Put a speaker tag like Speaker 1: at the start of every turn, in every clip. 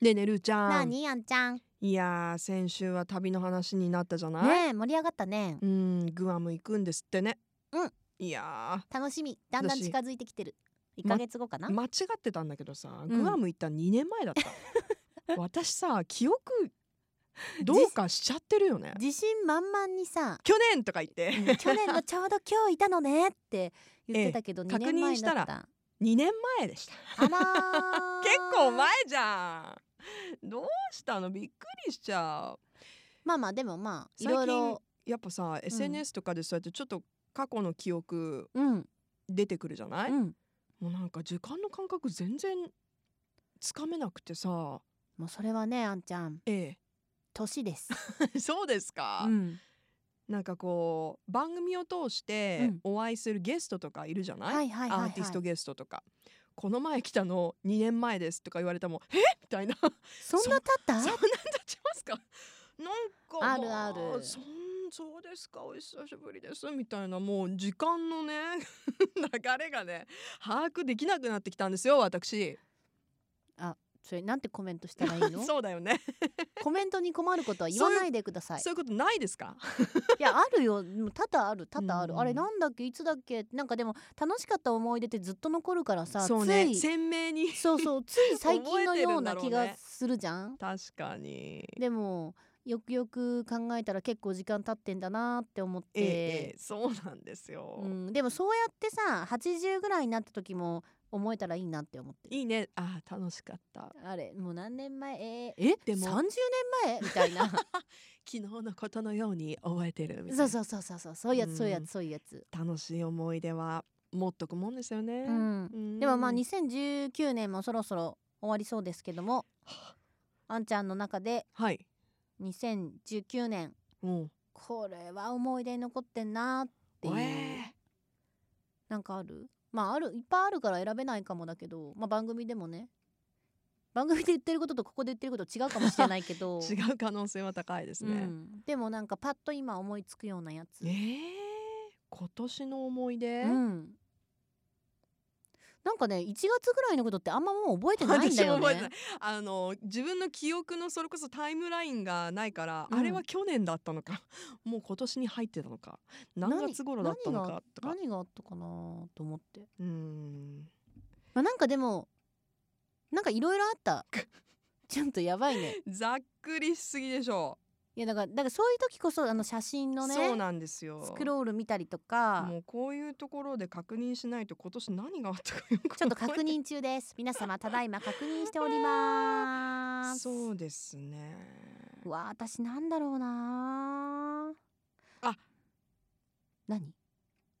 Speaker 1: ねえねるち
Speaker 2: な
Speaker 1: ゃ
Speaker 2: あ
Speaker 1: ん
Speaker 2: にやんちゃんね
Speaker 1: いやー先週は旅の話になったじゃない、
Speaker 2: え盛り上がったね
Speaker 1: うんグアム行くんですってね
Speaker 2: うん
Speaker 1: いや
Speaker 2: 楽しみだんだん
Speaker 1: 私
Speaker 2: 近づいてきてる1
Speaker 1: ま
Speaker 2: ヶ月後かな、
Speaker 1: ー間違ってたんだけどさ
Speaker 2: うん
Speaker 1: グアム行った2年前だった、 私さ記憶どうかしちゃってるよね
Speaker 2: 自信満々にさ
Speaker 1: 去年とか言って
Speaker 2: うん去年のちょうど今日いたのねって言ってたけど
Speaker 1: え
Speaker 2: 2年前だった
Speaker 1: 確2年前でした
Speaker 2: あら ー
Speaker 1: 結構前じゃんどうしたのびっくりしちゃう
Speaker 2: まあまあでもまあい
Speaker 1: 最近
Speaker 2: ろいろ
Speaker 1: やっぱさ SNS とかでそうやってちょっと過去の記憶
Speaker 2: うん
Speaker 1: 出てくるじゃない、
Speaker 2: うん
Speaker 1: もうなんか時間の感覚全然つかめなくてさ
Speaker 2: もうそれはねあんちゃん
Speaker 1: え
Speaker 2: 年です、
Speaker 1: え そうですか、
Speaker 2: うん、
Speaker 1: なんかこう番組を通して
Speaker 2: うん
Speaker 1: お会いするゲストとかいるじゃない、
Speaker 2: はいはいはいはい
Speaker 1: アーティストゲストとか。この前来たの2年前ですとか言われたもんえみたいな
Speaker 2: そんな経 っ
Speaker 1: そん
Speaker 2: た
Speaker 1: なん経ちますかなんか
Speaker 2: ある
Speaker 1: ま
Speaker 2: ある
Speaker 1: そんそうですかお久しぶりですみたいなもう時間のね 流れがね把握できなくなってきたんですよ私
Speaker 2: それなんてコメントしたらいいの
Speaker 1: そうだよね
Speaker 2: コメントに困ることは言わないでください
Speaker 1: そういうことないですか
Speaker 2: いやあるよもう多々ある多々ある、
Speaker 1: うん
Speaker 2: あれなんだっけいつだっけなんかでも楽しかった思い出ってずっと残るからさ
Speaker 1: そうね
Speaker 2: つい
Speaker 1: 鮮明に
Speaker 2: そうそうつい最近のような
Speaker 1: 覚えてるん
Speaker 2: 気
Speaker 1: だろうね
Speaker 2: がするじゃん
Speaker 1: 確かに
Speaker 2: でもよくよく考えたら結構時間経ってんだなって思っ
Speaker 1: えええ
Speaker 2: て
Speaker 1: え、そうなんですよ、
Speaker 2: うん、でもそうやってさ80ぐらいになった時も思えたらいいなって思ってる
Speaker 1: いいねあー楽しかった
Speaker 2: あれもう何年前えー
Speaker 1: えで
Speaker 2: 30
Speaker 1: も
Speaker 2: 年前み たいな
Speaker 1: 昨日のことのように覚えてるみたい
Speaker 2: そ
Speaker 1: な
Speaker 2: うそうそうそうそうそういうや
Speaker 1: う
Speaker 2: つ
Speaker 1: ん
Speaker 2: そういうやつそういうやつ、
Speaker 1: 楽しい思い出は持っとくもんですよね、
Speaker 2: うん
Speaker 1: ん
Speaker 2: でもまあ2019年もそろそろ終わりそうですけども
Speaker 1: は
Speaker 2: あんちゃんの中で
Speaker 1: はい
Speaker 2: 2019年
Speaker 1: うん
Speaker 2: これは思い出に残ってんなっていう、
Speaker 1: わえ
Speaker 2: なんかあるまああるいっぱいあるから選べないかもだけど、まあ、番組でもね番組で言ってることとここで言ってること違うかもしれないけど
Speaker 1: 違う可能性は高いです
Speaker 2: う
Speaker 1: ね、
Speaker 2: ん、でもなんかパッと今思いつくようなやつ、
Speaker 1: ええ今年の思い出、
Speaker 2: うん、なんかね1月ぐらいのことってあんまもう覚えてないんだ
Speaker 1: 私も
Speaker 2: よ
Speaker 1: 覚えてな
Speaker 2: ね
Speaker 1: い。あの自分の記憶のそれこそタイムラインがないから、
Speaker 2: うん
Speaker 1: あれは去年だったのか もう今年に入ってたのか何月頃だったのかとか
Speaker 2: 何があったかなと思って、
Speaker 1: うん
Speaker 2: まあ、なんかでもなんかいろいろあった ちょっとやばいね
Speaker 1: ざっくりしすぎでしょ
Speaker 2: いやだからだからそういう時こそあの写真
Speaker 1: う、
Speaker 2: のね
Speaker 1: そうなんですよ
Speaker 2: スクロール見たりとか
Speaker 1: もうこういうところで確認しないと今年何があったかよく
Speaker 2: ちょっと確
Speaker 1: 覚えて
Speaker 2: 認中です皆様ただいま確認しておりま
Speaker 1: ない
Speaker 2: す
Speaker 1: そうですね
Speaker 2: うわ私なんだろうな
Speaker 1: あ
Speaker 2: 何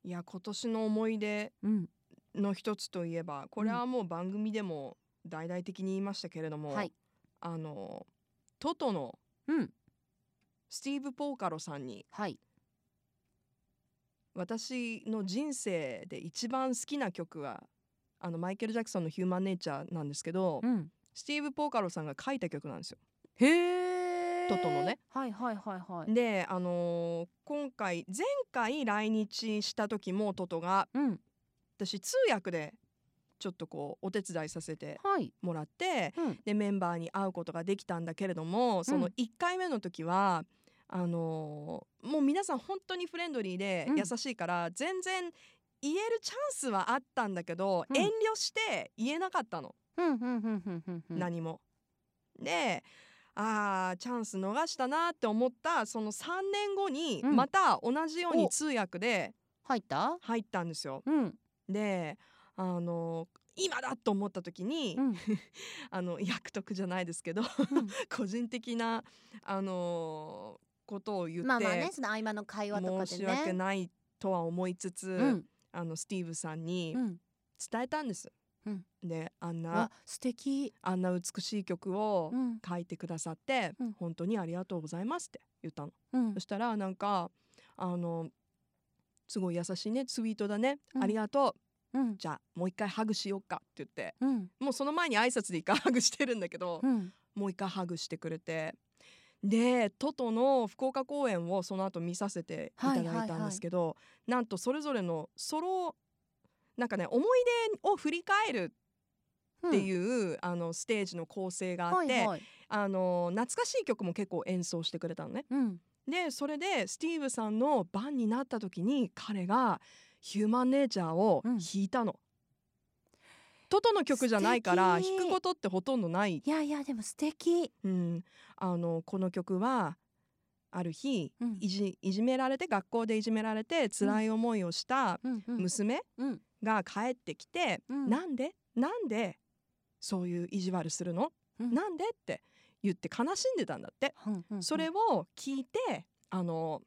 Speaker 1: いや今年の思い出
Speaker 2: うん
Speaker 1: の一つといえばこれはもう番組でも大々的に言いましたけれども、
Speaker 2: はい
Speaker 1: あのトトの
Speaker 2: うん
Speaker 1: スティーブ・ポーカロさんに
Speaker 2: はい
Speaker 1: 私の人生で一番好きな曲はあのマイケル・ジャクソンの「ヒューマン・ネイチャー」なんですけど、
Speaker 2: うん
Speaker 1: スティーブ・ポーカロさんが書いた曲なんですよ。
Speaker 2: へえ
Speaker 1: トトのね
Speaker 2: はいはいはいはい
Speaker 1: で、あのー今回前回来日した時もトトが
Speaker 2: うん
Speaker 1: 私通訳でちょっとこうお手伝いさせて
Speaker 2: はい
Speaker 1: もらって
Speaker 2: うん
Speaker 1: でメンバーに会うことができたんだけれどもその
Speaker 2: うん
Speaker 1: 1回目の時は、あのーもう皆さん本当にフレンドリーで
Speaker 2: うん
Speaker 1: 優しいから、全然言えるチャンスはあったんだけど、
Speaker 2: うん
Speaker 1: 遠慮して言えなかったの、
Speaker 2: うんうんうんうんうんうん
Speaker 1: 何も。であーチャンス逃したなって思ったその3年後に
Speaker 2: うん
Speaker 1: また同じよう
Speaker 2: お
Speaker 1: に通訳で
Speaker 2: 入った
Speaker 1: 入ったんですよ。
Speaker 2: うん
Speaker 1: であのー今だと思った時に、
Speaker 2: うん
Speaker 1: あの役得じゃないですけど
Speaker 2: う
Speaker 1: 個人的な、あのーことを言っ
Speaker 2: ん
Speaker 1: て、
Speaker 2: まあまあねその合間の会話とか
Speaker 1: 申
Speaker 2: で
Speaker 1: し
Speaker 2: ね
Speaker 1: 訳ないとは思いつつ、
Speaker 2: うん
Speaker 1: あのスティーブさんに
Speaker 2: うん
Speaker 1: 伝えたんです。
Speaker 2: うん
Speaker 1: であんな
Speaker 2: わ素敵
Speaker 1: あんな美しい曲を
Speaker 2: うん
Speaker 1: 書いてくださって、
Speaker 2: うん
Speaker 1: 本当にありがとうございますって言ったの。
Speaker 2: うん
Speaker 1: そしたらなんかあのすごい優しいねツイートだね、
Speaker 2: うん
Speaker 1: ありがとう
Speaker 2: うん
Speaker 1: じゃあもう一回ハグしようかって言って
Speaker 2: うん
Speaker 1: もうその前に挨拶で一回ハグしてるんだけど、
Speaker 2: うん
Speaker 1: もう一回ハグしてくれてでトトの福岡公演をその後見させていただ
Speaker 2: はい
Speaker 1: いた
Speaker 2: はいは
Speaker 1: ん
Speaker 2: い
Speaker 1: ですけど、なんとそれぞれのソロなんかね思い出を振り返るっていう、あのステージの構成があって、
Speaker 2: はいはい
Speaker 1: あの懐かしい曲も結構演奏してくれたのね。
Speaker 2: うん、
Speaker 1: でそれでスティーブさんの番になった時に彼が「ヒューマンネイチャー」を弾いたの。トトの曲じゃないから
Speaker 2: 素敵
Speaker 1: 弾くことってほとんどない、
Speaker 2: いやいやでも素敵、
Speaker 1: うん、あのこの曲はある日
Speaker 2: うん
Speaker 1: いじいじめられて学校でいじめられて辛い思いをした
Speaker 2: うんうん
Speaker 1: 娘
Speaker 2: うん
Speaker 1: が帰ってきて「
Speaker 2: うん
Speaker 1: なんでなんでそういう意地悪するの
Speaker 2: うん
Speaker 1: なんで?」って言って悲しんでたんだって。
Speaker 2: うんうん
Speaker 1: それを聞いてあの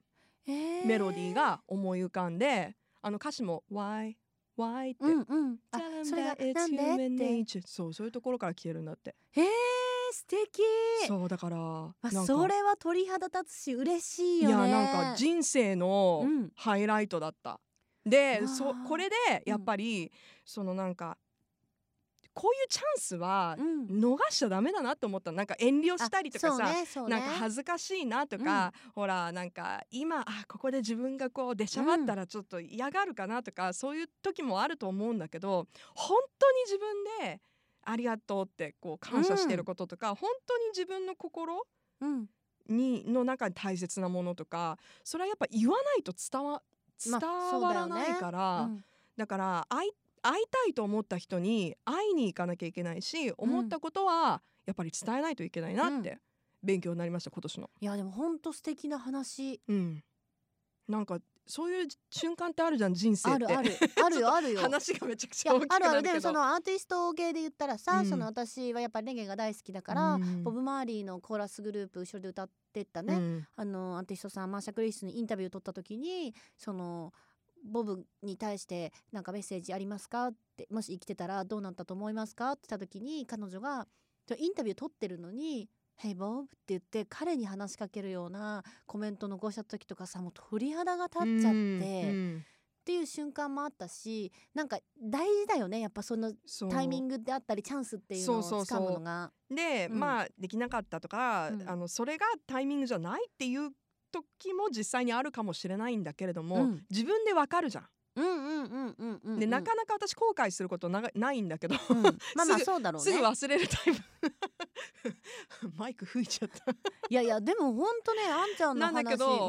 Speaker 2: えー
Speaker 1: メロディーが思い浮かんであの歌詞も「Why?」Why って、
Speaker 2: うんうんあ
Speaker 1: Damn
Speaker 2: それが
Speaker 1: that
Speaker 2: なん
Speaker 1: it's human
Speaker 2: でって
Speaker 1: nature そうそういうところから消えるんだって
Speaker 2: えー、素敵
Speaker 1: そうだから
Speaker 2: ま
Speaker 1: なん
Speaker 2: あ、
Speaker 1: か
Speaker 2: それは鳥肌立つし嬉しい
Speaker 1: い
Speaker 2: よね
Speaker 1: やなんか人生の
Speaker 2: うん
Speaker 1: ハイライトだった、で
Speaker 2: わあ
Speaker 1: そこれでやっぱり、そのなんかこういうチャンスは
Speaker 2: うん
Speaker 1: 逃しちゃダメだなと思ったなんか遠慮したりとかさ、
Speaker 2: あそうねそう
Speaker 1: な
Speaker 2: ね
Speaker 1: んか恥ずかしいなとか、ほらなんか今あここで自分がこう出しゃばったらちょっと嫌がるかなとか、そういう時もあると思うんだけど本当に自分でありがとうってこう感謝してることとか、本当に自分の心
Speaker 2: うん
Speaker 1: にの中に大切なものとかそれはやっぱ言わないと伝わ伝
Speaker 2: まあそう
Speaker 1: わ
Speaker 2: だ
Speaker 1: ら
Speaker 2: よね
Speaker 1: ないから、
Speaker 2: う
Speaker 1: だ
Speaker 2: ん
Speaker 1: から会い会いたいと思った人に会いに行かなきゃいけないし思ったことはやっぱり伝えないといけないなって勉強になりました今年の。
Speaker 2: いやでも本当素敵な話
Speaker 1: うん、なんかそういう瞬間ってあるじゃん人生って
Speaker 2: あるあるあるよある よ
Speaker 1: 話がめちゃく
Speaker 2: い
Speaker 1: ちゃ
Speaker 2: や
Speaker 1: 大きく
Speaker 2: あるあ
Speaker 1: な
Speaker 2: る
Speaker 1: る
Speaker 2: で
Speaker 1: け
Speaker 2: も
Speaker 1: ど
Speaker 2: そのアーティスト系で言ったらさ、
Speaker 1: うん
Speaker 2: その私はやっぱレゲエが大好きだから、
Speaker 1: うん
Speaker 2: ボブ・マーリーのコーラスグループ後ろで歌ってったね、
Speaker 1: うん
Speaker 2: あのアーティストさんマーシャ・クリスにインタビューを取った時にそのボブに対してなんかメッセージありますかってもし生きてたらどうなったと思いますかって言った時に彼女がちょインタビュー取ってるのに「Hey Bob」って言って彼に話しかけるようなコメント残した時とかさもう鳥肌が立っちゃって。
Speaker 1: うん
Speaker 2: っていう瞬間もあったしなんか大事だよねやっぱその
Speaker 1: そう
Speaker 2: タイミングであったりチャンスっていうのを
Speaker 1: そうそうそ
Speaker 2: 掴
Speaker 1: う
Speaker 2: むのが
Speaker 1: で、
Speaker 2: うん
Speaker 1: まあできなかったとか、
Speaker 2: うん
Speaker 1: あのそれがタイミングじゃないっていう時も実際にあるかもしれないんだけれども、
Speaker 2: うん
Speaker 1: 自分でわかるじゃん。
Speaker 2: うんうんうんうんうんうん
Speaker 1: でなかなか私後悔することながないんだけど、
Speaker 2: うんまあますあ
Speaker 1: ぐ
Speaker 2: そうだろう
Speaker 1: す
Speaker 2: ね
Speaker 1: ぐ忘れるタイプ マイク吹いちゃった
Speaker 2: いやいやでもほんとねあんちゃんの話
Speaker 1: なんだけど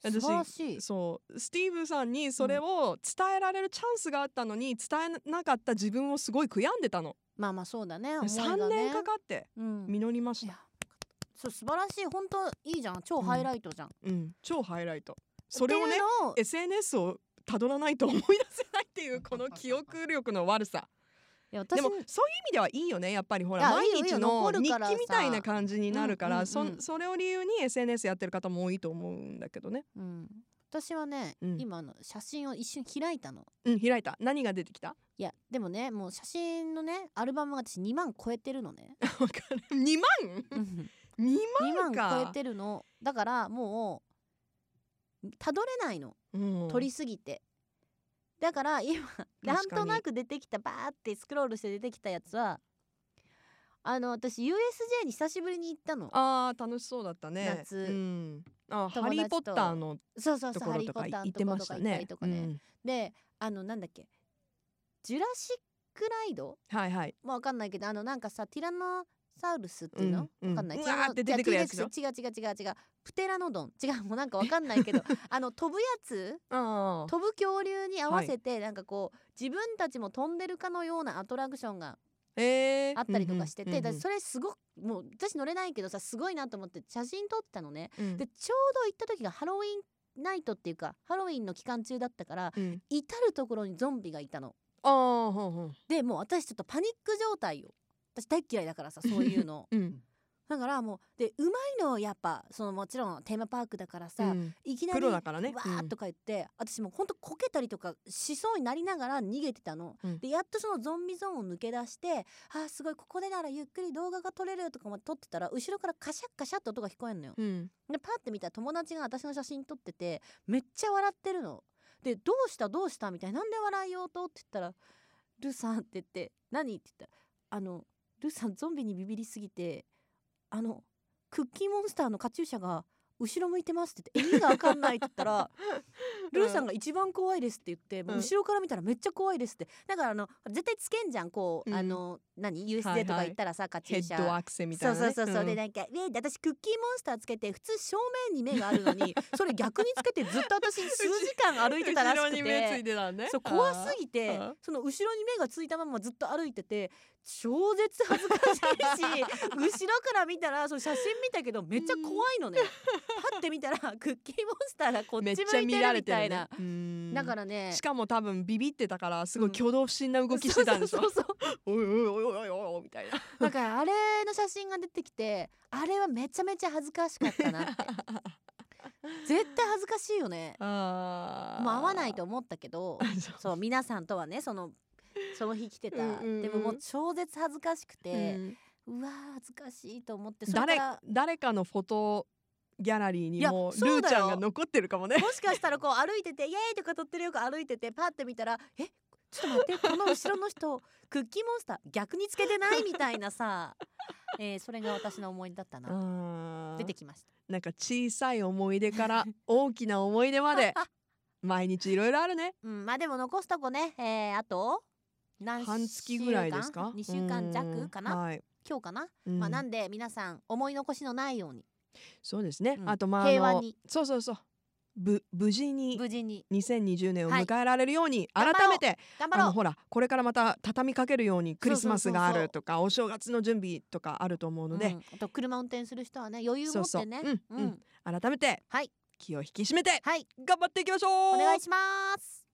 Speaker 2: うん、
Speaker 1: 私
Speaker 2: 素晴らしい
Speaker 1: そうスティーブさんにそれを伝えられるチャンスがあったのに伝えなかった自分をすごい悔やんでたの、
Speaker 2: まあまあそうだね思いがね
Speaker 1: 3年かかって
Speaker 2: うん、い
Speaker 1: 実りました、
Speaker 2: やそう素晴らしい本当いいじゃん超ハイライトじゃん、
Speaker 1: うん、超ハイライトそれを
Speaker 2: っ
Speaker 1: ね
Speaker 2: ていうのを
Speaker 1: SNS をたどらないと思い出せないって いうこの記憶力の悪さ
Speaker 2: いや私
Speaker 1: でもそういう意味ではいいよねやっぱりほ
Speaker 2: い
Speaker 1: ら
Speaker 2: や
Speaker 1: 毎
Speaker 2: いいよいい
Speaker 1: 日
Speaker 2: よ
Speaker 1: の
Speaker 2: 残
Speaker 1: 日
Speaker 2: るからさ
Speaker 1: 記みたいな感じになるか
Speaker 2: うんう
Speaker 1: ら
Speaker 2: ん
Speaker 1: そ
Speaker 2: うん
Speaker 1: それを理由に SNS やってる方も多いと思うんだけどね、
Speaker 2: うん、私はね、
Speaker 1: うん
Speaker 2: 今あの写真を一瞬開いたの
Speaker 1: うん、開いた何が出てきた
Speaker 2: いやでもねもう写真のねアルバムが私2万超えてるのね
Speaker 1: わかる2万
Speaker 2: うん
Speaker 1: 2
Speaker 2: 2
Speaker 1: 万か
Speaker 2: 万超えてるのだからもうたどれないの
Speaker 1: うん
Speaker 2: 取りすぎて、だから今 なん
Speaker 1: 確か
Speaker 2: と
Speaker 1: に
Speaker 2: なく出てきたバーってスクロールして出てきたやつはあの私 USJ に久しぶりに行ったの
Speaker 1: あー楽しそうだったね
Speaker 2: 夏
Speaker 1: うん、あ
Speaker 2: 友達と
Speaker 1: ハリー・ポッターの
Speaker 2: そうそう
Speaker 1: と
Speaker 2: そう「
Speaker 1: こ
Speaker 2: ハ
Speaker 1: ろ
Speaker 2: リー・
Speaker 1: と
Speaker 2: ポ
Speaker 1: か
Speaker 2: ッター」
Speaker 1: 行
Speaker 2: の
Speaker 1: っ
Speaker 2: と
Speaker 1: て
Speaker 2: こ
Speaker 1: ま
Speaker 2: と
Speaker 1: し
Speaker 2: か
Speaker 1: た
Speaker 2: 行ったり
Speaker 1: ね
Speaker 2: とかね、
Speaker 1: うん
Speaker 2: であのなんだっけジュラシック・ライド
Speaker 1: はいはい
Speaker 2: まあわかんないけどあのなんかさティラノサウルスっていうの、
Speaker 1: うんうん
Speaker 2: わかんないうテ
Speaker 1: わ
Speaker 2: ィラノ
Speaker 1: ーって出てくるやつ
Speaker 2: い T-Rex 違う違う違う違うプテラノドン違うもうなんかわかんないけ どあの飛ぶやつ
Speaker 1: あー
Speaker 2: 飛ぶ恐竜に合わせてなんかこう自分たちも飛んでるかのようなアトラクションが
Speaker 1: えー
Speaker 2: あったりとかしてて、
Speaker 1: うんうん
Speaker 2: だからそれすごくもう私乗れないけどさすごいなと思って写真撮ってたのね。
Speaker 1: うん
Speaker 2: でちょうど行った時がハロウィンナイトっていうかハロウィンの期間中だったから
Speaker 1: うん
Speaker 2: 至る所にゾンビがいたの。
Speaker 1: あーほんほん。
Speaker 2: でもう私ちょっとパニック状態よ。私大っ嫌いだからさそういうの
Speaker 1: うん
Speaker 2: だからもうでうまいのやっぱそのもちろんテーマパークだからさ、
Speaker 1: うん
Speaker 2: いきな
Speaker 1: プ
Speaker 2: り
Speaker 1: ロだからね
Speaker 2: わーっとか言って、私もうほんとこけたりとかしそうになりながら逃げてたの、
Speaker 1: うん
Speaker 2: でやっとそのゾンビゾーンを抜け出してあーすごいここでならゆっくり動画が撮れるとかも撮ってたら後ろからカシャッカシャッと音が聞こえんのよ、
Speaker 1: うんうん
Speaker 2: でパッて見たら友達が私の写真撮っててめっちゃ笑ってるのでどうしたどうしたみたいななんで笑いようとって言ったら「ルーさん」って言って「何?」って言ったら「あのルーさんゾンビにビビりすぎてあのクッキーモンスターのカチューシャが後ろ向いてますって言って意味が分かんないって言っ たらルーさんが一番怖いですって言って、もう後ろから見たらめっちゃ怖いですってだからあの絶対つけんじゃんこう、
Speaker 1: うん
Speaker 2: あの何
Speaker 1: はいは
Speaker 2: USJ
Speaker 1: い
Speaker 2: とか行ったらさ、カチ
Speaker 1: ヘ
Speaker 2: ューシ
Speaker 1: ッ
Speaker 2: ャ
Speaker 1: ドアクセみた
Speaker 2: そ
Speaker 1: いうな、
Speaker 2: そ
Speaker 1: ね、
Speaker 2: うそうそう、で
Speaker 1: ん
Speaker 2: なんか「ウェイ私クッキーモンスターつけて普通正面に目があるの にそれ逆につけてずっと私数時間歩いてたらし
Speaker 1: 後ろ
Speaker 2: く
Speaker 1: に目つ
Speaker 2: て
Speaker 1: い。てたね
Speaker 2: そう怖すぎて
Speaker 1: あー
Speaker 2: その後ろに目がついたままずっと歩いてて超絶恥ず かしいし後ろから見たらその写真見たけどめっちゃ怖 いのねパって見たらクッキーモンスターがこっち
Speaker 1: め
Speaker 2: 向
Speaker 1: っ
Speaker 2: い
Speaker 1: ちゃ見
Speaker 2: て
Speaker 1: ら
Speaker 2: る
Speaker 1: れ
Speaker 2: み
Speaker 1: てる
Speaker 2: た
Speaker 1: ね
Speaker 2: いな、
Speaker 1: うん
Speaker 2: だからね
Speaker 1: しかも多分ビビってたからすごい挙動不審な動きしてたんでしょ、
Speaker 2: そうそうそうそう
Speaker 1: おいおいおいおいおいみたい な
Speaker 2: だからあれの写真が出てきてあれはめちゃめちゃ恥ずかしかっ たなって絶対恥ずかしいよね
Speaker 1: あー
Speaker 2: もう会わないと思ったけどそう皆さんとはねそのその日来てた
Speaker 1: うんうんうん
Speaker 2: でももう超絶恥ずかしくて
Speaker 1: う、ん
Speaker 2: うわー恥ずかしいと思ってそれか
Speaker 1: 誰
Speaker 2: ら
Speaker 1: 誰かのフォトギャラリー
Speaker 2: い
Speaker 1: に
Speaker 2: や
Speaker 1: もう
Speaker 2: そ
Speaker 1: ル
Speaker 2: う
Speaker 1: ー
Speaker 2: だ
Speaker 1: ち
Speaker 2: よ
Speaker 1: ゃんが残ってるかもね
Speaker 2: もしかしたらこう歩いててイエーイとか撮ってるよく歩いててパッて見たらえちょっと待ってこの後ろの人 クッキーモンスター逆につけてないみたいなさ、 えーそれが私の思い出だったな
Speaker 1: 出
Speaker 2: 出てきました。
Speaker 1: なんか小さい思い出から大きな思い出ま で毎日いろいろあるね
Speaker 2: うん、まあでも残すとこね、えー、あと何
Speaker 1: 半月ぐらいですか
Speaker 2: 2週間
Speaker 1: うん
Speaker 2: 弱かな、
Speaker 1: はい、
Speaker 2: 今日かな、
Speaker 1: うん
Speaker 2: まあなんで皆さん思い残しのないように
Speaker 1: そうですね、
Speaker 2: うん
Speaker 1: あとまあ
Speaker 2: 平和
Speaker 1: あの
Speaker 2: に
Speaker 1: そうそうそうぶ無事に
Speaker 2: 無事に
Speaker 1: 2020年を
Speaker 2: はい
Speaker 1: 迎えられるように、
Speaker 2: 頑張ろう
Speaker 1: 改めて
Speaker 2: 頑張
Speaker 1: あ
Speaker 2: ろ
Speaker 1: の
Speaker 2: う
Speaker 1: ほらこれからまた畳みかけるようにクリスマスがあ
Speaker 2: そうそうそう
Speaker 1: る
Speaker 2: そう
Speaker 1: とかお正月の準備とかあると思うので、
Speaker 2: うんあと車運転する人はね余裕持ってね
Speaker 1: そうそううんうん改めて
Speaker 2: はい
Speaker 1: 気を引き締めて
Speaker 2: はい
Speaker 1: 頑張っていきましょう
Speaker 2: お願いします